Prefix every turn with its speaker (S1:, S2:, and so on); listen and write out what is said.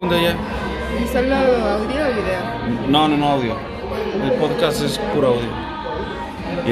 S1: Segundo ya.
S2: ¿Y solo audio o video?
S1: No, no, no audio. El podcast es puro audio.